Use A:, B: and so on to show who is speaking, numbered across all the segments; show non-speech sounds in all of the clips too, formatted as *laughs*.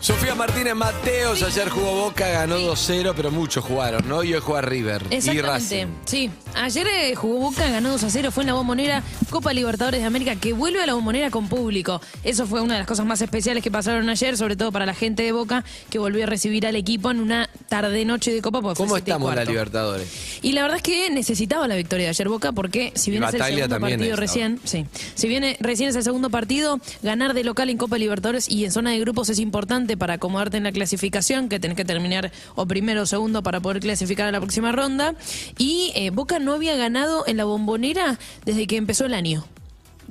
A: Sofía Martínez Mateos, ayer jugó Boca, ganó 2-0, pero muchos jugaron, ¿no? Y hoy juega River y
B: Exactamente,
A: Racing.
B: sí. Ayer eh, jugó Boca, ganó 2 a 0, fue en la bombonera Copa Libertadores de América, que vuelve a la bombonera con público. Eso fue una de las cosas más especiales que pasaron ayer, sobre todo para la gente de Boca, que volvió a recibir al equipo en una tarde-noche de Copa. porque fue
A: ¿Cómo
B: siete y
A: estamos en la
B: cuarto.
A: Libertadores?
B: Y la verdad es que necesitaba la victoria de ayer Boca porque si
A: Y
B: bien es el
A: Bataglia
B: segundo
A: también
B: partido
A: necesitaba.
B: recién, sí, si viene recién es el segundo partido, ganar de local en Copa Libertadores y en zona de grupos es importante para acomodarte en la clasificación, que tenés que terminar o primero o segundo para poder clasificar a la próxima ronda. Y eh, Boca no había ganado en la bombonera desde que empezó el año.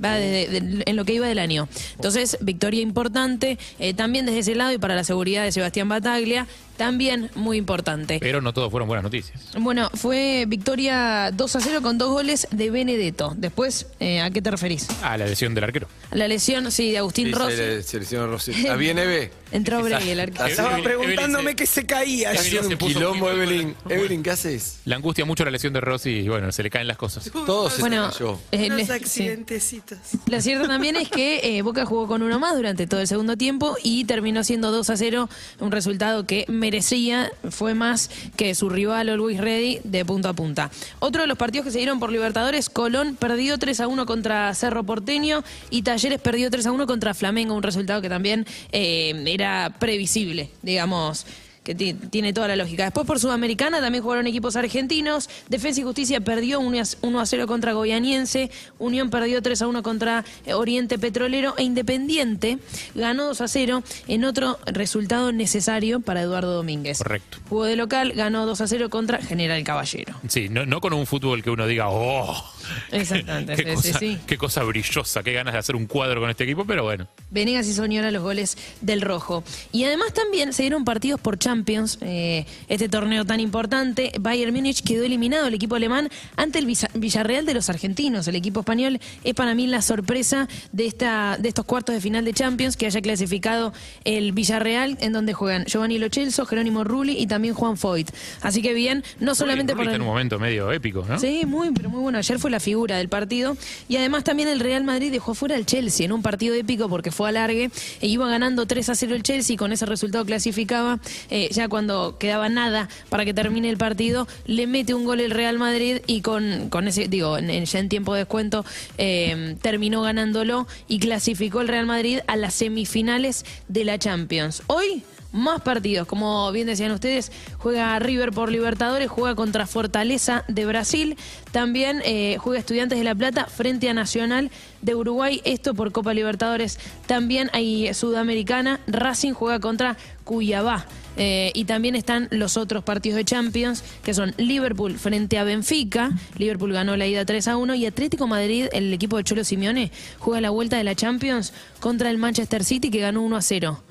B: Va de- de- en lo que iba del año. Entonces, victoria importante, eh, también desde ese lado y para la seguridad de Sebastián Bataglia, también muy importante.
C: Pero no todos fueron buenas noticias.
B: Bueno, fue victoria 2 a 0 con dos goles de Benedetto. Después, eh, ¿a qué te referís?
C: Ah, la lesión del arquero.
B: La lesión, sí, de Agustín
A: Dice
B: Rossi.
A: el seleccionado Rossi.
B: *laughs*
A: ¿Está bien, Eve?
B: Entró Bregui, el arquero.
C: Estaba Evelyn- preguntándome Evelyn se-
D: que caía.
C: Evelyn
A: Haciendo
C: se
A: un
C: puso
A: quilombo,
C: muy-
A: Evelyn. Evelyn, ¿qué haces?
C: La angustia mucho la lesión de Rossi y bueno, se le caen las cosas.
A: Todo se te
B: Bueno,
A: cayó.
B: eh, le-
D: Unos
B: *laughs* sí.
D: accidentecitos.
B: Lo cierto también es que eh, Boca jugó con uno más durante todo el segundo tiempo y terminó siendo 2 a 0, un resultado que merecía, fue más que su rival Always Ready de punta a punta. Otro de los partidos que se dieron por Libertadores, Colón perdió 3 a 1 contra Cerro Porteño y Talleres perdió 3 a 1 contra Flamengo, un resultado que también eh, era previsible, digamos que ti- tiene toda la lógica. Después por Sudamericana también jugaron equipos argentinos. Defensa y Justicia perdió 1 a 1 a 0 contra Goianiense. Unión perdió 3 a 1 contra eh, Oriente Petrolero. E Independiente ganó 2 a 0 en otro resultado necesario para Eduardo Domínguez.
C: Correcto.
B: Jugó de local, ganó 2 a 0 contra General Caballero.
C: Sí, no, no con un fútbol que uno diga, ¡oh!
B: Exactamente,
C: *laughs* qué,
B: sí,
C: cosa,
B: sí, sí.
C: qué cosa brillosa, qué ganas de hacer un cuadro con este equipo, pero bueno.
B: Venegas y Soñora los goles del rojo. Y además también se dieron partidos por Champions, eh, este torneo tan importante. Bayern Múnich quedó eliminado el equipo alemán ante el Visa- Villarreal de los argentinos. El equipo español es para mí la sorpresa de, esta, de estos cuartos de final de Champions que haya clasificado el Villarreal en donde juegan Giovanni Lochelso, Jerónimo Rulli y también Juan Foyt. Así que bien, no solamente
C: Rulli
B: por...
C: está en
B: el-
C: un momento medio épico, ¿no?
B: Sí, muy, pero muy bueno. Ayer fue la figura del partido. Y además también el Real Madrid dejó fuera al Chelsea en un partido épico porque fue alargue. E iba ganando 3 a 0 el Chelsea y con ese resultado clasificaba. Eh, ya cuando quedaba nada para que termine el partido, le mete un gol el Real Madrid y con, con ese, digo, en- en- ya en tiempo de descuento, eh, terminó ganándolo y clasificó el Real Madrid a las semifinales de la Champions. Hoy más partidos. Como bien decían ustedes, juega River por Libertadores, juega contra Fortaleza de Brasil, también eh, juega Estudiantes de La Plata frente a Nacional de Uruguay, esto por Copa Libertadores. También hay Sudamericana, Racing juega contra Cuyabá. Eh, y también están los otros partidos de Champions, que son Liverpool frente a Benfica. Liverpool ganó la ida 3 a 1. Y Atlético Madrid, el equipo de Cholo Simeone, juega la vuelta de la Champions contra el Manchester City, que ganó 1 a 0.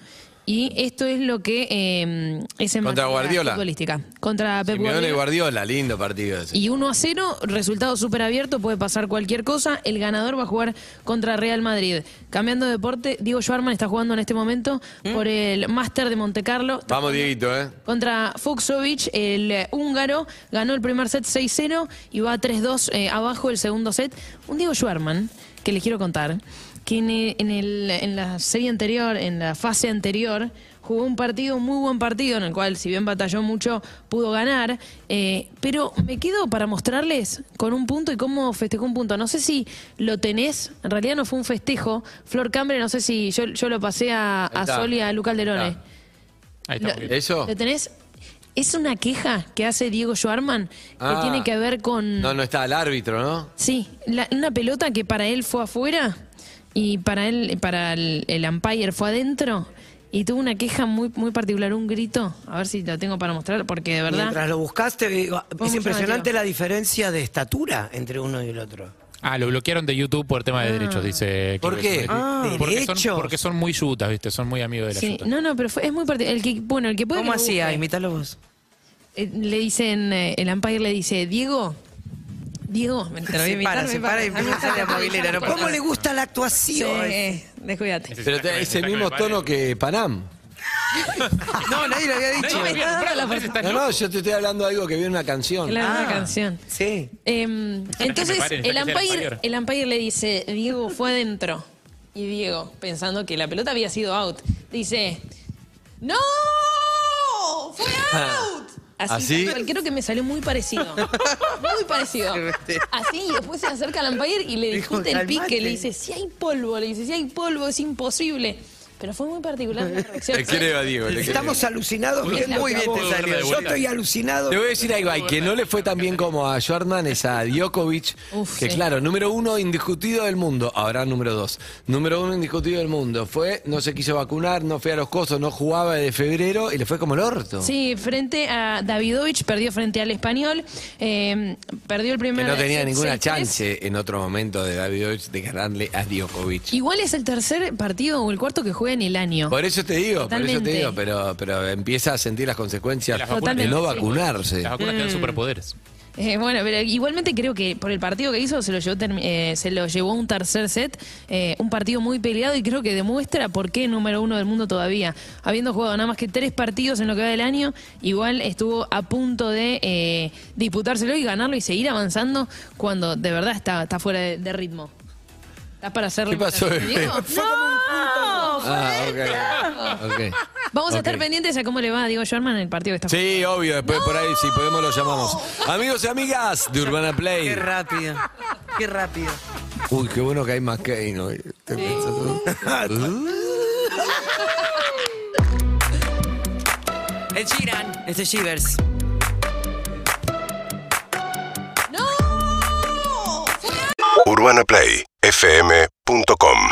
B: Y esto es lo que eh, es en
A: Contra
B: materia
A: Guardiola.
B: futbolística. Contra Pep
A: Simeone y
B: Guardiola.
A: Guardiola, lindo partido ese.
B: Y 1 a 0, resultado súper abierto, puede pasar cualquier cosa. El ganador va a jugar contra Real Madrid. Cambiando de deporte, Diego Schwarman está jugando en este momento
A: ¿Mm?
B: por el Máster de Monte Carlo.
A: Vamos, Dieguito, ¿eh?
B: Contra Fuxovic, el eh, húngaro, ganó el primer set 6-0 y va 3-2 eh, abajo el segundo set. Un Diego Schwarman, que les quiero contar, que en, eh, en el- en la serie anterior, en la fase anterior, jugó un partido, un muy buen partido, en el cual, si bien batalló mucho, pudo ganar. eh, pero me quedo para mostrarles con un punto y cómo festejó un punto. No sé si lo tenés, en realidad no fue un festejo. Flor Cambre, no sé si yo, yo lo pasé a,
A: Ahí
B: a
A: está.
B: Sol y a Luca Alderone.
A: Ahí está.
C: Ahí está.
B: Lo-
C: muy bien.
A: ¿Eso?
B: ¿Lo tenés? Es una queja que hace Diego Schwarman que
A: Ah.
B: tiene que ver con.
A: No, no está el árbitro, ¿no?
B: Sí, la- una pelota que para él fue afuera y para él, para el, el umpire fue adentro. Y tuvo una queja muy, muy particular, un grito. A ver si lo tengo para mostrar, porque de verdad.
E: Mientras lo buscaste, digo,
B: mucho
E: es impresionante
B: material.
E: la diferencia de estatura entre uno y el otro.
C: Ah, lo bloquearon de YouTube por tema de derechos, dice.
A: ¿Por
C: Kiko.
A: qué?
E: Ah,
C: porque, son,
E: derechos.
C: porque son muy yutas, ¿viste? Son muy amigos de la
B: Sí,
C: yuta.
B: no, no, pero fue- es muy particular. El que, bueno, el que puede.
E: ¿Cómo
B: que lo
E: hacía?
B: busque.
E: Imitalo vos.
B: Eh, Le dicen, eh, el umpire le dice, Diego. Diego, me te lo voy a
D: Se
B: imitar,
D: para,
B: me
D: se para y empieza a hacer
B: *laughs*
D: la movilera. No
E: ¿Cómo
D: puedo-
E: le gusta la
B: Sí,
E: *laughs* actuación?
B: eh, descuídate.
A: Pero te- es el mismo tono que Panam.
D: No, nadie lo había dicho.
C: Nadie me había nombrado, parece estar
A: No,
C: loco.
A: no, yo te estoy hablando de algo que viene en una canción.
B: Claro, una
E: Ah.
B: canción.
E: Sí.
B: Em, entonces,
C: paren, ya
B: el
C: que sea el
B: umpire,
C: umpire.
B: el umpire le dice, Diego fue adentro. Y Diego, pensando que la pelota había sido out, dice, ¡No! ¡Fue out! Así,
A: Ah, ¿Así?
B: tal cual, creo que me salió muy parecido. Muy
A: *laughs*
B: parecido.
A: Este.
B: Así, y después se acerca al umpire y le
E: Dijo,
B: discute el pique.
E: "Calmate".
B: Le dice, si hay polvo, le dice, si hay polvo, es imposible. Pero fue muy particular
A: *laughs*
B: la reacción.
A: Te creo a Diego. te
E: Estamos alucinados.
C: Muy
E: viendo
D: bien
E: que
D: te
E: a vos-
C: salió.
E: Yo estoy
A: creo.
E: alucinado.
A: Te voy a decir algo, y que no le fue tan bien como a Jordan, es a Djokovic,
B: Uf,
A: que
B: sí.
A: claro, número uno indiscutido del mundo, ahora número dos, número uno indiscutido del mundo, fue, no se quiso vacunar, no fue a los cosos, no jugaba de febrero y le fue como el orto.
B: Sí, frente a Davidovich, perdió frente al español, eh, perdió el
A: Que
B: primer...
A: no tenía
B: set
A: ninguna
B: 6-3.
A: chance en otro momento de Davidovich de ganarle a Djokovic.
B: Igual es el tercer partido o el cuarto que juega en el año.
A: Por eso te digo, por eso
B: Totalmente.
A: te digo, pero, pero empieza a sentir las consecuencias
C: Las
B: vacunas
A: de no
B: Totalmente, sí.
A: vacunarse.
C: Las vacunas te dan superpoderes.
B: Eh, bueno, pero igualmente creo que por el partido que hizo se lo llevó, termi- eh, se lo llevó un tercer set, eh, un partido muy peleado y creo que demuestra por qué número uno del mundo todavía. Habiendo jugado nada más que tres partidos en lo que va del año, igual estuvo a punto de eh, disputárselo y ganarlo y seguir avanzando cuando de verdad está, está fuera de, de ritmo. ¿Estás para hacerlo?
A: ¿Qué pasó, *laughs* bebé?
B: ¡No! ¡Fue
A: Ah,
B: dentro! *laughs*
A: ok. ok.
B: Vamos a
A: Ok.
B: estar pendientes a cómo le va a Diego Sherman en el partido que está
A: Sí, obvio, después por ahí, si podemos lo llamamos. Amigos y amigas de Urbana Play.
D: Qué rápido. Qué rápido.
A: Uy, qué bueno que hay más que ahí, ¿no? Te pensás-
D: El Giran. Este Shivers.
B: ¡No!
F: UrbanaPlayFM.com